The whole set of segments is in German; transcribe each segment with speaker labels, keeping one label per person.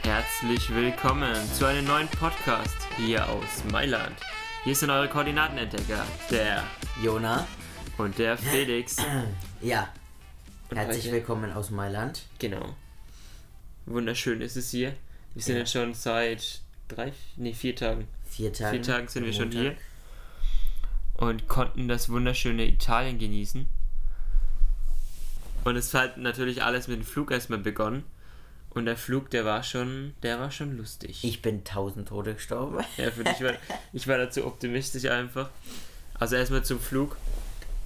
Speaker 1: Herzlich willkommen zu einem neuen Podcast hier aus Mailand. Hier sind eure Koordinatenentdecker, der
Speaker 2: Jona,
Speaker 1: und der Felix.
Speaker 2: ja,
Speaker 1: Und
Speaker 2: herzlich
Speaker 1: heute-
Speaker 2: willkommen aus Mailand.
Speaker 1: Genau. Wunderschön ist es hier. Wir sind
Speaker 2: Ja.
Speaker 1: jetzt schon seit drei, nee, vier Tagen.
Speaker 2: Vier Tage.
Speaker 1: Vier Tagen sind wir schon
Speaker 2: Montag.
Speaker 1: hier und konnten das wunderschöne Italien genießen. Und es hat natürlich alles mit dem Flug erstmal begonnen. Und der Flug, der war schon, der war schon lustig.
Speaker 2: Ich bin tausend Tote gestorben.
Speaker 1: Ja, für dich war, ich war dazu optimistisch einfach. Also erstmal zum Flug.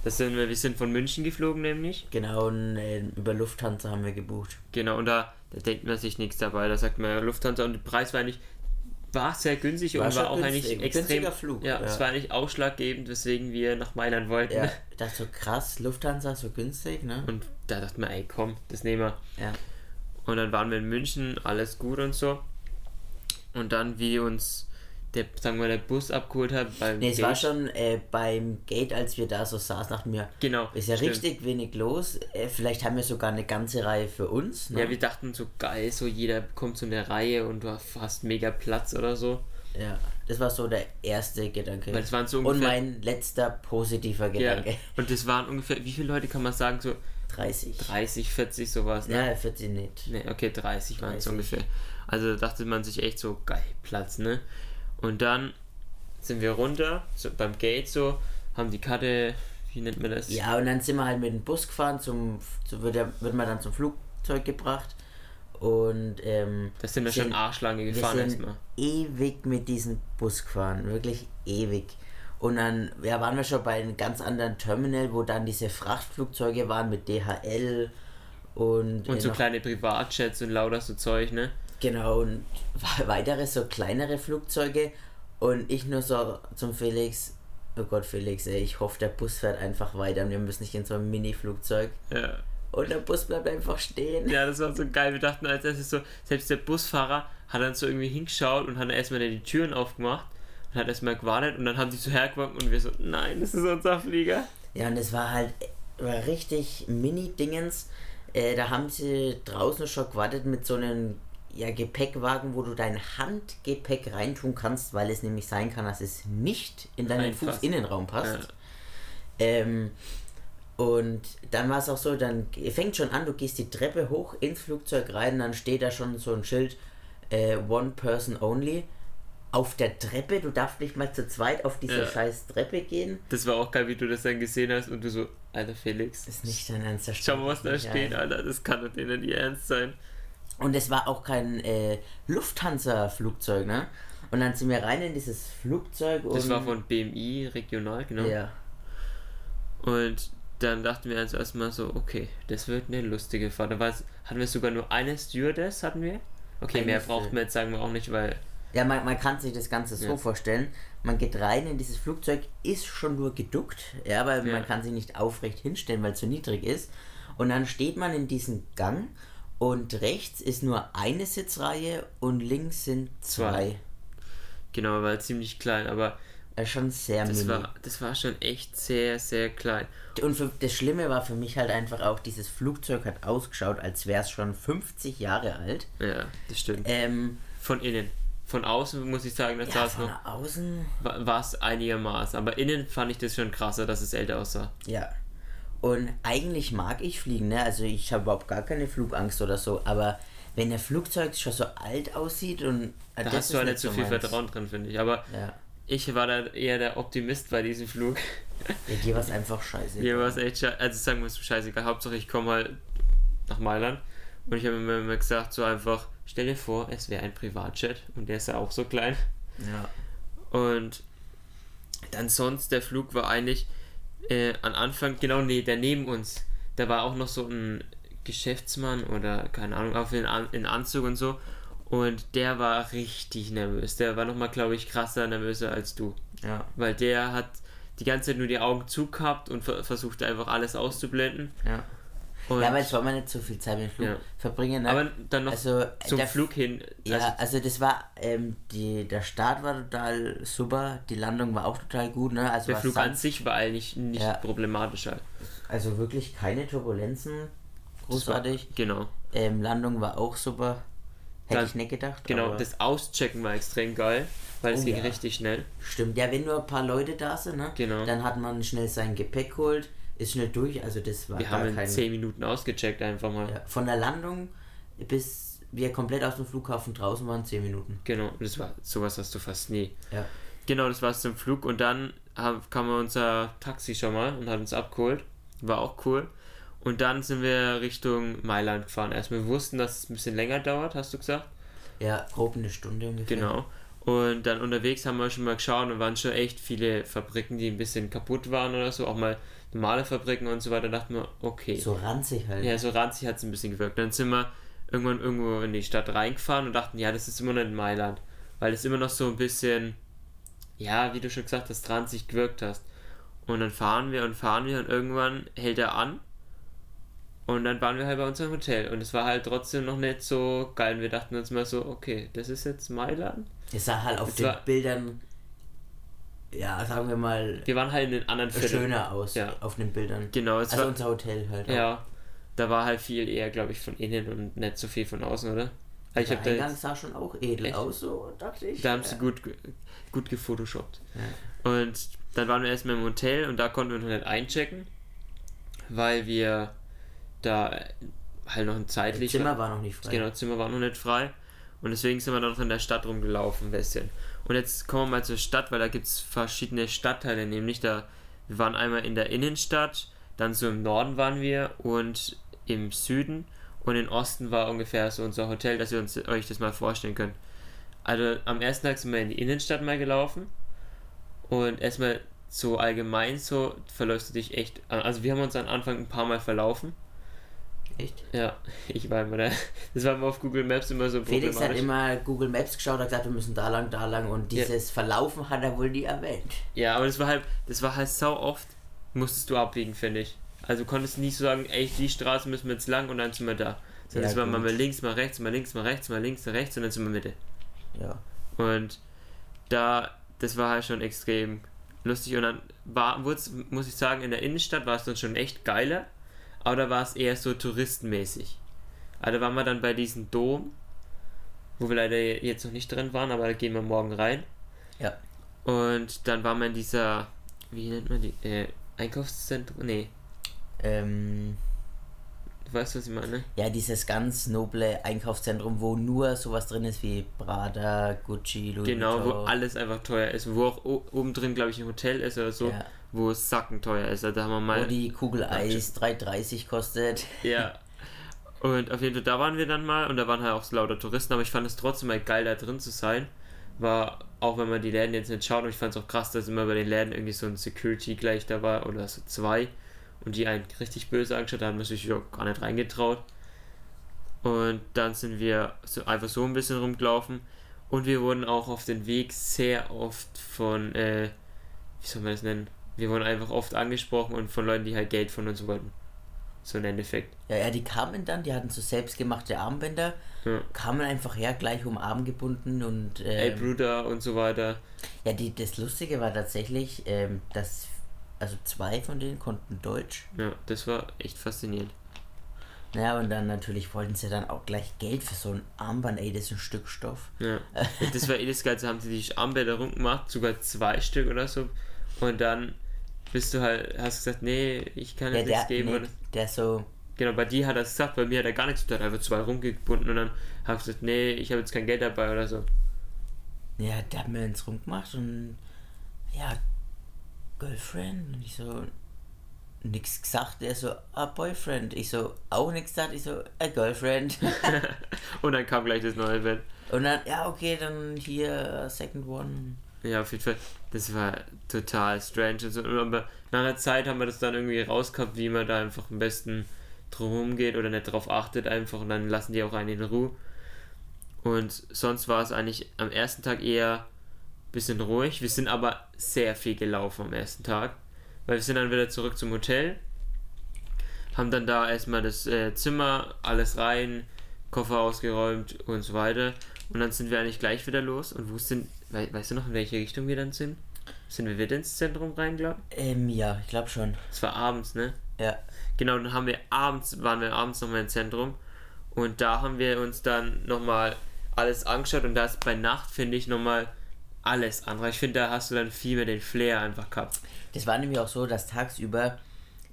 Speaker 1: Das sind wir, wir sind von München geflogen nämlich.
Speaker 2: Genau, und, äh, über Lufthansa haben wir gebucht.
Speaker 1: Genau, und da, da denkt man sich nichts dabei. Da sagt man ja, Lufthansa und der Preis war eigentlich war sehr günstig
Speaker 2: War
Speaker 1: und
Speaker 2: schon
Speaker 1: war auch
Speaker 2: günstig.
Speaker 1: eigentlich extrem.
Speaker 2: Günstiger Flug,
Speaker 1: ja,
Speaker 2: ja.
Speaker 1: es war eigentlich ausschlaggebend, weswegen wir nach Mailand wollten.
Speaker 2: Ja, das ist so krass, Lufthansa so günstig, ne?
Speaker 1: Und da dachte man, ey komm, das nehmen wir.
Speaker 2: Ja.
Speaker 1: Und dann waren wir in München, alles gut und so. Und dann, wie uns der, sagen wir, der Bus abgeholt hat, beim
Speaker 2: Nee, es
Speaker 1: Gate-
Speaker 2: war schon äh, beim Gate, als wir da so saßen, dachten wir,
Speaker 1: Genau,
Speaker 2: ist ja
Speaker 1: stimmt.
Speaker 2: richtig wenig los. Äh, vielleicht haben wir sogar eine ganze Reihe für uns. Ne?
Speaker 1: Ja, wir dachten so geil, so jeder kommt so in der Reihe und du hast mega Platz oder so.
Speaker 2: Ja, das war so der erste Gedanke.
Speaker 1: Weil es waren so
Speaker 2: Und
Speaker 1: ungefähr-
Speaker 2: mein letzter positiver
Speaker 1: Ja.
Speaker 2: Gedanke.
Speaker 1: Und das waren ungefähr, wie viele Leute kann man sagen, so
Speaker 2: 30.
Speaker 1: 30, 40 sowas. Ne?
Speaker 2: Ja, 14 nicht.
Speaker 1: Nee, okay, 30 waren es
Speaker 2: 30.
Speaker 1: ungefähr. Also da dachte man sich echt so geil Platz, ne? Und dann sind wir runter, so beim Gate so, haben die Karte, wie nennt man das?
Speaker 2: Ja, und dann sind wir halt mit dem Bus gefahren, zum, zu, wird, er- wird man dann zum Flugzeug gebracht. Und ähm,
Speaker 1: Das sind wir schon Arschlange gefahren
Speaker 2: wir sind
Speaker 1: erstmal.
Speaker 2: ewig mit diesem Bus gefahren, wirklich ewig. Und dann ja, waren wir schon bei einem ganz anderen Terminal, wo dann diese Frachtflugzeuge waren mit DHL und,
Speaker 1: Und
Speaker 2: äh,
Speaker 1: so
Speaker 2: noch-
Speaker 1: kleine Privatjets und lauter so Zeug, ne?
Speaker 2: genau und weitere so kleinere Flugzeuge. Und ich nur so zum Felix, oh Gott Felix, ey, ich hoffe der Bus fährt einfach weiter und wir müssen nicht in so ein Mini-Flugzeug.
Speaker 1: Ja.
Speaker 2: Und der Bus bleibt einfach stehen.
Speaker 1: Ja, das war so geil. Wir dachten als erstes so, selbst der Busfahrer hat dann so irgendwie hingeschaut und hat dann erstmal die Türen aufgemacht und hat erstmal gewartet und dann haben die so hergewankt und wir so, nein, das ist unser Flieger.
Speaker 2: Ja, und es war halt äh, war richtig Mini-Dingens. Äh, da haben sie draußen schon gewartet mit so einem ja, Gepäckwagen, wo du dein Handgepäck reintun kannst, weil es nämlich sein kann, dass es nicht in deinen
Speaker 1: Reinpasst.
Speaker 2: Fußinnenraum passt.
Speaker 1: Ja.
Speaker 2: Ähm, und dann war es auch so, dann g- fängt schon an, du gehst die Treppe hoch ins Flugzeug rein, dann steht da schon so ein Schild, äh, One Person Only. Auf der Treppe, du darfst nicht mal zu zweit auf diese
Speaker 1: Ja.
Speaker 2: scheiß Treppe gehen.
Speaker 1: Das war auch geil, wie du das dann gesehen hast und du so, Alter Felix,
Speaker 2: Ist nicht dein ernster
Speaker 1: schau mal, was da
Speaker 2: Ja.
Speaker 1: steht, Alter, das kann doch denen nicht ernst sein.
Speaker 2: Und es war auch kein äh, Lufthansa-Flugzeug, ne? Und dann sind wir rein in dieses Flugzeug und.
Speaker 1: Das war von BMI regional, genau.
Speaker 2: Ja.
Speaker 1: Und dann dachten wir uns erstmal so, okay, das wird eine lustige Fahrt. Da war es- hatten wir sogar nur eine Stewardess, hatten wir. Okay,
Speaker 2: Eine
Speaker 1: mehr braucht
Speaker 2: Stewardess.
Speaker 1: man jetzt, sagen wir auch nicht, weil
Speaker 2: Ja, man, man kann sich das Ganze so
Speaker 1: Ja.
Speaker 2: vorstellen. Man geht rein in dieses Flugzeug, ist schon nur geduckt, ja, weil
Speaker 1: Ja.
Speaker 2: man kann sich nicht aufrecht hinstellen, weil es zu niedrig ist. Und dann steht man in diesem Gang und rechts ist nur eine Sitzreihe und links sind zwei.
Speaker 1: Genau, war ziemlich klein, aber
Speaker 2: Äh, schon sehr
Speaker 1: das
Speaker 2: mini.
Speaker 1: war, das war schon echt sehr, sehr klein.
Speaker 2: Und für, das Schlimme war für mich halt einfach auch, dieses Flugzeug hat ausgeschaut, als wäre es schon 50 Jahre alt.
Speaker 1: Ja, das stimmt.
Speaker 2: Ähm,
Speaker 1: Von innen. Von außen muss ich sagen, das
Speaker 2: ja,
Speaker 1: saß
Speaker 2: von
Speaker 1: noch,
Speaker 2: außen.
Speaker 1: war es einigermaßen. Aber innen fand ich das schon krasser, dass es älter aussah.
Speaker 2: Ja. Und eigentlich mag ich fliegen, ne? Also ich habe überhaupt gar keine Flugangst oder so, aber wenn der Flugzeug schon so alt aussieht und
Speaker 1: Da
Speaker 2: äh, das
Speaker 1: hast du
Speaker 2: ist
Speaker 1: halt nicht so viel
Speaker 2: meins.
Speaker 1: Vertrauen drin, finde ich. Aber
Speaker 2: Ja.
Speaker 1: ich war da eher der Optimist bei diesem Flug.
Speaker 2: ja dir war es einfach scheiße.
Speaker 1: Mir war es echt scheiße, also sagen wir es scheißegal, Hauptsache ich komme halt nach Mailand. Und ich habe mir immer gesagt, so einfach, stell dir vor, es wäre ein Privatjet und der ist ja auch so klein.
Speaker 2: Ja.
Speaker 1: Und dann sonst, der Flug war eigentlich äh, am Anfang, genau, nee, der neben uns, da war auch noch so ein Geschäftsmann oder keine Ahnung, auf in, An in Anzug und so. Und der war richtig nervös. Der war nochmal, glaube ich, krasser nervöser als du.
Speaker 2: Ja.
Speaker 1: Weil der hat die ganze Zeit nur die Augen zu gehabt und ver versucht einfach alles auszublenden.
Speaker 2: Ja.
Speaker 1: Und,
Speaker 2: ja, aber jetzt wollen wir nicht so viel Zeit mit dem Flug
Speaker 1: Ja.
Speaker 2: verbringen. Ne?
Speaker 1: aber dann noch
Speaker 2: also,
Speaker 1: zum
Speaker 2: der-
Speaker 1: Flug hin.
Speaker 2: Ja, also das war, ähm, die, der Start war total super, die Landung war auch total gut, ne? Also,
Speaker 1: der
Speaker 2: war
Speaker 1: Flug
Speaker 2: sanft,
Speaker 1: an sich war eigentlich nicht
Speaker 2: Ja.
Speaker 1: problematisch. Halt.
Speaker 2: also wirklich keine Turbulenzen, großartig.
Speaker 1: Genau.
Speaker 2: Ähm, Landung war auch super. Hätte
Speaker 1: Dann-
Speaker 2: ich nicht gedacht.
Speaker 1: Genau,
Speaker 2: aber
Speaker 1: das Auschecken war extrem geil, weil es
Speaker 2: Oh
Speaker 1: ging
Speaker 2: ja.
Speaker 1: richtig schnell.
Speaker 2: stimmt. Ja, wenn nur ein paar Leute da sind, ne?
Speaker 1: Genau.
Speaker 2: Dann hat man schnell sein Gepäck geholt, ist schnell durch. Also das war
Speaker 1: Wir
Speaker 2: gar
Speaker 1: haben in
Speaker 2: kein.
Speaker 1: 10 Minuten ausgecheckt einfach mal.
Speaker 2: Ja, von der Landung bis wir komplett aus dem Flughafen draußen waren, 10 Minuten.
Speaker 1: Genau, das war sowas hast du fast nie.
Speaker 2: Ja.
Speaker 1: Genau, das war's zum Flug und dann hab, kam unser Taxi schon mal und hat uns abgeholt. War auch cool. Und dann sind wir Richtung Mailand gefahren. Erstmal wir wussten, dass es ein bisschen länger dauert, hast du gesagt?
Speaker 2: Ja, grob eine Stunde ungefähr.
Speaker 1: Genau. Und dann unterwegs haben wir schon mal geschaut und waren schon echt viele Fabriken, die ein bisschen kaputt waren oder so, auch mal normale Fabriken und so weiter. Da dachten wir, okay.
Speaker 2: So ranzig halt.
Speaker 1: Ja, so ranzig hat es ein bisschen gewirkt. Dann sind wir irgendwann irgendwo in die Stadt reingefahren und dachten, ja, das ist immer noch in Mailand. Weil es immer noch so ein bisschen, ja, wie du schon gesagt hast, ranzig gewirkt hast. Und dann fahren wir und fahren wir und irgendwann hält er an. Und dann waren wir halt bei unserem Hotel. Und es war halt trotzdem noch nicht so geil. Und wir dachten uns mal so, okay, das ist jetzt Mailand.
Speaker 2: Es sah halt auf
Speaker 1: Es
Speaker 2: den
Speaker 1: war-
Speaker 2: Bildern, ja, sagen wir mal,
Speaker 1: Wir waren halt in den anderen Vierteln.
Speaker 2: schöner aus.
Speaker 1: Ja.
Speaker 2: Auf den Bildern.
Speaker 1: Genau, es
Speaker 2: Also
Speaker 1: war,
Speaker 2: unser Hotel halt. auch.
Speaker 1: ja, da war halt viel eher, glaube ich, von innen und nicht so viel von außen, oder? Also ich
Speaker 2: Der
Speaker 1: habe da
Speaker 2: Eingang
Speaker 1: jetzt
Speaker 2: sah schon auch edel
Speaker 1: Echt?
Speaker 2: aus, so dachte ich.
Speaker 1: Da haben sie
Speaker 2: Ja.
Speaker 1: gut, ge- gut gefotoshoppt.
Speaker 2: Ja.
Speaker 1: Und dann waren wir erstmal im Hotel und da konnten wir noch nicht einchecken, weil wir da halt noch ein
Speaker 2: Das
Speaker 1: zeitlich.
Speaker 2: Zimmer war noch nicht frei.
Speaker 1: Genau, Zimmer waren noch nicht frei. Und deswegen sind wir dann noch in der Stadt rumgelaufen ein bisschen. Und jetzt kommen wir mal zur Stadt, weil da gibt es verschiedene Stadtteile. Nämlich da, wir waren einmal in der Innenstadt, dann so im Norden waren wir und im Süden. Und im Osten war ungefähr so unser Hotel, dass ihr uns, euch das mal vorstellen könnt. Also am ersten Tag sind wir in die Innenstadt mal gelaufen. Und erstmal so allgemein so verläufst du dich echt. Also wir haben uns am Anfang ein paar Mal verlaufen.
Speaker 2: Echt?
Speaker 1: Ja, ich war immer da. Das war immer auf Google Maps immer so
Speaker 2: Felix hat
Speaker 1: problematisch.
Speaker 2: immer Google Maps geschaut, hat gesagt, wir müssen da lang, da lang und
Speaker 1: Ja.
Speaker 2: dieses Verlaufen hat er wohl nie erwähnt.
Speaker 1: Ja, aber das war halt, das war halt sau oft, musstest du abbiegen, finde ich. Also du konntest nicht so sagen, ey, die Straße müssen wir jetzt lang und dann sind wir da. Sondern
Speaker 2: Ja,
Speaker 1: es war mal,
Speaker 2: gut.
Speaker 1: mal links, mal rechts, mal links, mal rechts, mal links, mal rechts und dann sind wir Mitte.
Speaker 2: Ja.
Speaker 1: Und da, das war halt schon extrem lustig. Und dann war, wurd's, muss ich sagen, in der Innenstadt war es dann schon echt geiler, aber da war es eher so touristenmäßig. Also da waren wir dann bei diesem Dom, wo wir leider jetzt noch nicht drin waren, aber da gehen wir morgen rein.
Speaker 2: Ja.
Speaker 1: Und dann waren wir in dieser, wie nennt man die, äh, Einkaufszentrum? Nee,
Speaker 2: Ähm,
Speaker 1: du weißt, was ich meine.
Speaker 2: Ja, dieses ganz noble Einkaufszentrum, wo nur sowas drin ist wie Prada, Gucci, Louis
Speaker 1: Genau, wo
Speaker 2: Vuitton.
Speaker 1: alles einfach teuer ist. Wo auch o- oben drin, glaube ich, ein Hotel ist oder so,
Speaker 2: Ja.
Speaker 1: wo es sackenteuer ist. Also da haben wir mal...
Speaker 2: Wo die Kugel Eis 3,30 kostet.
Speaker 1: Ja. Und auf jeden Fall, da waren wir dann mal und da waren halt auch so lauter Touristen, aber ich fand es trotzdem mal geil, da drin zu sein. War, auch wenn man die Läden jetzt nicht schaut, und ich fand es auch krass, dass immer bei den Läden irgendwie so ein Security gleich da war oder so zwei und die einen richtig böse angeschaut haben, muss ich auch gar nicht reingetraut. Und dann sind wir so einfach so ein bisschen rumgelaufen und wir wurden auch auf den Weg sehr oft von, äh, wie soll man das nennen? Wir wurden einfach oft angesprochen und von Leuten, die halt Geld von uns wollten. So im Endeffekt.
Speaker 2: Ja, ja, die kamen dann, die hatten so selbstgemachte Armbänder,
Speaker 1: Ja.
Speaker 2: kamen einfach her, gleich um Arm gebunden und
Speaker 1: Ey
Speaker 2: ähm,
Speaker 1: Bruder und so weiter.
Speaker 2: ja, die, das Lustige war tatsächlich, ähm, dass also zwei von denen konnten Deutsch.
Speaker 1: Ja, das war echt faszinierend.
Speaker 2: Naja, und dann natürlich wollten sie dann auch gleich Geld für so ein Armband, ey, das ist ein Stück Stoff.
Speaker 1: Ja. Das war eh das Geilste, haben sie die Armbänder rumgemacht, sogar zwei Stück oder so. Und dann bist du halt, hast gesagt, nee, ich kann
Speaker 2: Ja,
Speaker 1: dir
Speaker 2: der,
Speaker 1: nichts geben.
Speaker 2: nee,
Speaker 1: Und,
Speaker 2: der so,
Speaker 1: genau, bei dir hat er es gesagt, bei mir hat er gar nichts gesagt, einfach zwei rumgebunden und dann hast du gesagt, nee, ich habe jetzt kein Geld dabei oder so.
Speaker 2: Ja, da haben wir uns rumgemacht und ja, Girlfriend. Und ich so, nix gesagt. Er so, ah, Boyfriend. Ich so, auch nix gesagt. Ich so, ah, Girlfriend.
Speaker 1: Und dann kam gleich das neue Event.
Speaker 2: und dann, ja, okay, dann hier, äh, Second One.
Speaker 1: Ja, auf jeden Fall. Das war total strange. Und so. Aber nach einer Zeit haben wir das dann irgendwie rausgehabt, wie man da einfach am besten drumherum geht oder nicht drauf achtet einfach und dann lassen die auch einen in Ruhe. Und sonst war es eigentlich am ersten Tag eher ein bisschen ruhig. Wir sind aber sehr viel gelaufen am ersten Tag. Weil wir sind dann wieder zurück zum Hotel, haben dann da erstmal das äh, Zimmer, alles rein, Koffer ausgeräumt und so weiter. Und dann sind wir eigentlich gleich wieder los und wussten, wei- weißt du noch, in welche Richtung wir dann sind? Sind wir wieder ins Zentrum rein, glaube
Speaker 2: Ähm, ja, ich glaube schon.
Speaker 1: ich? Es war abends, ne?
Speaker 2: Ja,
Speaker 1: Genau, dann haben wir abends, waren wir abends nochmal im Zentrum und da haben wir uns dann nochmal alles angeschaut und da ist bei Nacht, finde ich, nochmal alles andere. Ich finde, da hast du dann viel mehr den Flair einfach gehabt.
Speaker 2: Das war nämlich auch so, dass tagsüber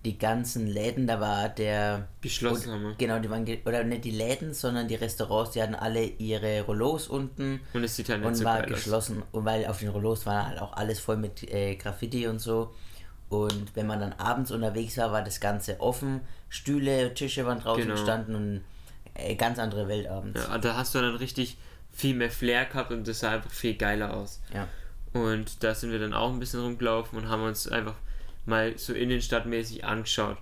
Speaker 2: die ganzen Läden, da war der.
Speaker 1: Beschlossen haben wir.
Speaker 2: Genau, die waren. ge- Oder nicht die Läden, sondern die Restaurants, die hatten alle ihre Rollos unten.
Speaker 1: Und es sieht ja nicht
Speaker 2: und
Speaker 1: so
Speaker 2: war
Speaker 1: geil aus.
Speaker 2: geschlossen. Und weil auf den Rollos war halt auch alles voll mit äh, Graffiti und so. Und wenn man dann abends unterwegs war, war das Ganze offen. Stühle, Tische waren draußen
Speaker 1: Genau.
Speaker 2: gestanden und äh, ganz andere Welt abends.
Speaker 1: Ja, da hast du dann richtig viel mehr Flair gehabt und das sah einfach viel geiler aus.
Speaker 2: Ja.
Speaker 1: Und da sind wir dann auch ein bisschen rumgelaufen und haben uns einfach mal so innenstadtmäßig angeschaut.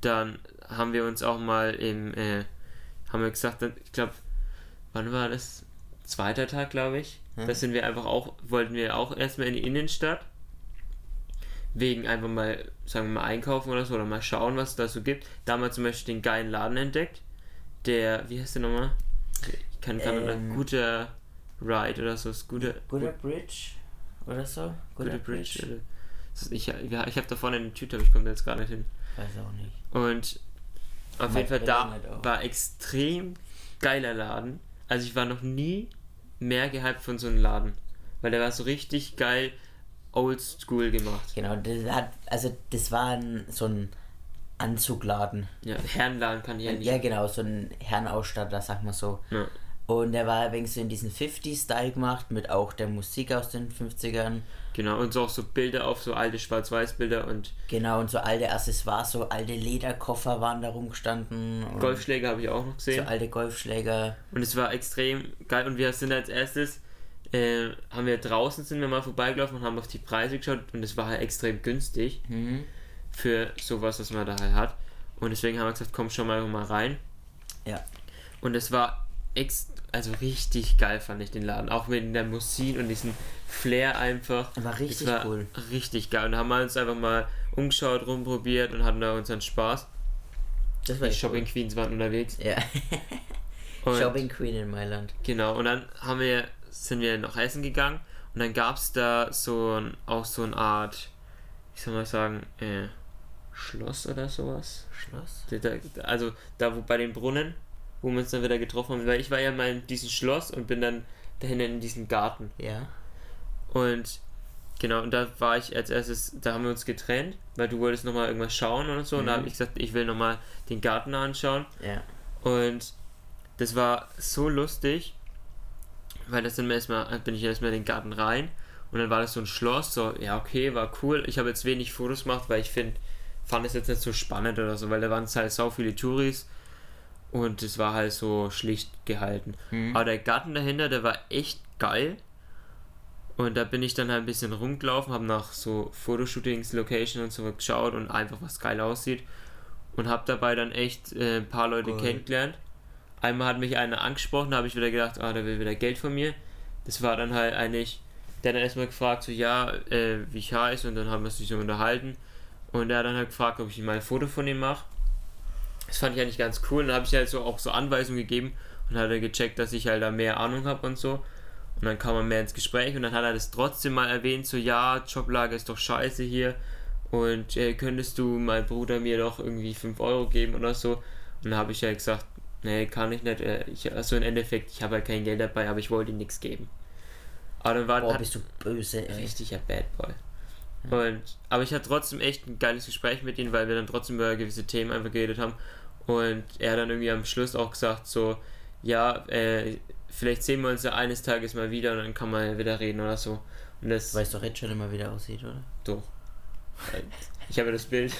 Speaker 1: Dann haben wir uns auch mal im, äh, haben wir gesagt, dann- ich glaube, wann war das? Zweiter Tag, glaube ich.
Speaker 2: Hm.
Speaker 1: Da sind wir einfach auch, wollten wir auch erstmal in die Innenstadt. Wegen einfach mal, sagen wir mal, einkaufen oder so oder mal schauen, was es da so gibt. Da haben wir zum Beispiel den geilen Laden entdeckt. Der, wie heißt der nochmal? Ich kann gerade
Speaker 2: Ähm.
Speaker 1: ähm, guter Ride oder so, Scooter.
Speaker 2: Guter Bridge oder so?
Speaker 1: Gute Bridge. oder- Das ist- Ich, ja, ich habe da vorne eine Tüte, aber ich komme da jetzt gar nicht hin.
Speaker 2: Weiß auch nicht.
Speaker 1: Und auf
Speaker 2: Mein
Speaker 1: jeden Fall,
Speaker 2: Brille
Speaker 1: da
Speaker 2: nicht auf.
Speaker 1: war extrem geiler Laden. Also ich war noch nie mehr gehypt von so einem Laden. Weil der war so richtig geil old school gemacht.
Speaker 2: Genau, das hat, also das war ein, so ein Anzugladen.
Speaker 1: Ja, Herrenladen kann ich ja nicht.
Speaker 2: Ja, genau, so ein Herrenausstatter, sag mal so.
Speaker 1: Ja.
Speaker 2: Und der war ein wenig so in diesen 50-Style gemacht, mit auch der Musik aus den 50ern.
Speaker 1: Genau, und so auch so Bilder auf, so alte Schwarz-Weiß-Bilder und
Speaker 2: Genau, und so alte Accessoires, so alte Lederkoffer waren da rumgestanden. und
Speaker 1: Golfschläge habe ich auch noch
Speaker 2: Mhm. So
Speaker 1: gesehen.
Speaker 2: alte Golfschläger.
Speaker 1: Und es war extrem geil. Und wir sind als erstes, äh, haben wir draußen sind wir mal vorbeigelaufen und haben auf die Preise geschaut und es war halt extrem günstig
Speaker 2: Mhm.
Speaker 1: für sowas, was man da halt hat. Und deswegen haben wir gesagt, komm schon mal, mal rein.
Speaker 2: Ja.
Speaker 1: Und es war ex also richtig geil, fand ich den Laden. Auch wegen der Musik und diesem Flair einfach.
Speaker 2: War
Speaker 1: Es
Speaker 2: richtig
Speaker 1: war
Speaker 2: cool.
Speaker 1: Richtig geil. Und haben wir uns einfach mal umgeschaut, rumprobiert und hatten da unseren Spaß.
Speaker 2: Das war
Speaker 1: Die
Speaker 2: echt
Speaker 1: Shopping Queens waren unterwegs.
Speaker 2: cool. Ja.
Speaker 1: Und
Speaker 2: Shopping Queen in Mailand.
Speaker 1: Genau, und dann haben wir, sind wir nach Essen gegangen und dann gab es da so ein, auch so eine Art, ich soll mal sagen, äh, Schloss oder sowas.
Speaker 2: Schloss?
Speaker 1: Da- da- Also da wo bei den Brunnen, wo wir uns dann wieder getroffen haben, weil ich war ja mal in diesem Schloss und bin dann dahinter in diesen Garten.
Speaker 2: Ja.
Speaker 1: Und genau, und da war ich als erstes, da haben wir uns getrennt, weil du wolltest nochmal irgendwas schauen und so. Und da
Speaker 2: Mhm.
Speaker 1: habe ich gesagt, ich will nochmal den Garten anschauen.
Speaker 2: Ja.
Speaker 1: Und das war so lustig, weil das sind wir erstmal, bin ich erstmal in den Garten rein und dann war das so ein Schloss, so, ja, okay, war cool. Ich habe jetzt wenig Fotos gemacht, weil ich finde, fand es jetzt nicht so spannend oder so, weil da waren halt so viele Touris und es war halt so schlicht gehalten.
Speaker 2: Mhm.
Speaker 1: Aber der Garten dahinter, der war echt geil. Und da bin ich dann halt ein bisschen rumgelaufen, habe nach so Fotoshootings, Location und so geschaut und einfach was geil aussieht. Und habe dabei dann echt äh, ein paar Leute
Speaker 2: Cool.
Speaker 1: kennengelernt. Einmal hat mich einer angesprochen, da habe ich wieder gedacht, ah, der will wieder Geld von mir. Das war dann halt eigentlich, der hat dann erstmal gefragt, so ja, äh, wie ich heiße und dann haben wir uns so unterhalten. Und er hat dann halt gefragt, ob ich ihm mal ein Foto von ihm mache. Das fand ich eigentlich ganz cool. Und dann habe ich halt so auch so Anweisungen gegeben und hat er gecheckt, dass ich halt da mehr Ahnung habe und so. Und dann kam man mehr ins Gespräch und dann hat er das trotzdem mal erwähnt, so ja, Joblage ist doch scheiße hier und äh, könntest du mein Bruder mir doch irgendwie 5 Euro geben oder so. Und dann habe ich ja halt gesagt, nee, kann ich nicht. Äh, ich, also im Endeffekt, ich habe halt kein Geld dabei, aber ich wollte ihm nichts geben. Aber dann war
Speaker 2: Boah,
Speaker 1: hat-
Speaker 2: Ah, bist du böse, ey.
Speaker 1: richtiger Bad Boy. Und, aber ich hatte trotzdem echt ein geiles Gespräch mit ihm, weil wir dann trotzdem über gewisse Themen einfach geredet haben. Und er hat dann irgendwie am Schluss auch gesagt, so, ja, äh, vielleicht sehen wir uns ja eines Tages mal wieder und dann kann man ja wieder reden oder so. Und das
Speaker 2: Weißt du, jetzt schon immer wieder aussieht, oder?
Speaker 1: doch. Halt. Ich habe ja das Bild.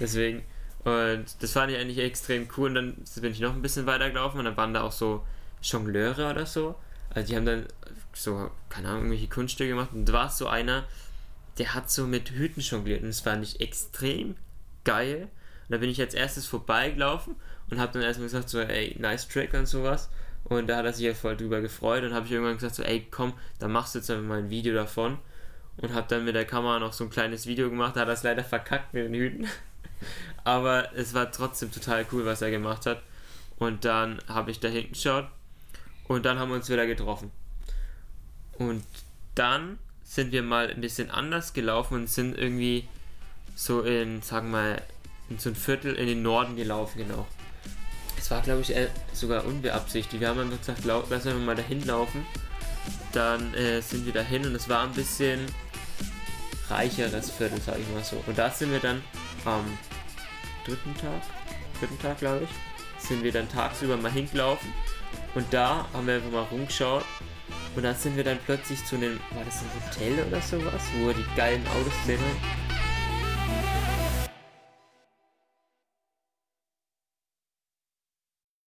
Speaker 1: Deswegen. Und das fand ich eigentlich extrem cool. Und dann bin ich noch ein bisschen weiter gelaufen und dann waren da auch so Jongleure oder so. Also die haben dann so, keine Ahnung, irgendwelche Kunststücke gemacht. Und da war so einer, der hat so mit Hüten jongliert. Und das fand ich extrem geil. Und da bin ich als erstes vorbeigelaufen und habe dann erstmal gesagt so, ey, nice Trick und sowas. Und da hat er sich ja voll drüber gefreut. Und habe ich irgendwann gesagt so, ey, komm, dann machst du jetzt einfach mal ein Video davon und habe dann mit der Kamera noch so ein kleines Video gemacht. Da hat er es leider verkackt mit den Hüten. Aber es war trotzdem total cool, was er gemacht hat. Und dann habe ich da hingeschaut und dann haben wir uns wieder getroffen. Und dann sind wir mal ein bisschen anders gelaufen und sind irgendwie so in, sagen wir mal, in so ein Viertel in den Norden gelaufen, genau. Das war, glaube ich, äh, sogar unbeabsichtigt. Wir haben einfach gesagt, lau- lass einfach mal dahin laufen. Dann äh, sind wir dahin und es war ein bisschen reicheres Viertel, sag ich mal so. Und da sind wir dann am dritten Tag, dritten Tag, glaube ich, sind wir dann tagsüber mal hingelaufen. Und da haben wir einfach mal rumgeschaut. Und dann sind wir dann plötzlich zu einem, war das ein Hotel oder sowas, wo wir die geilen Autos sehen haben.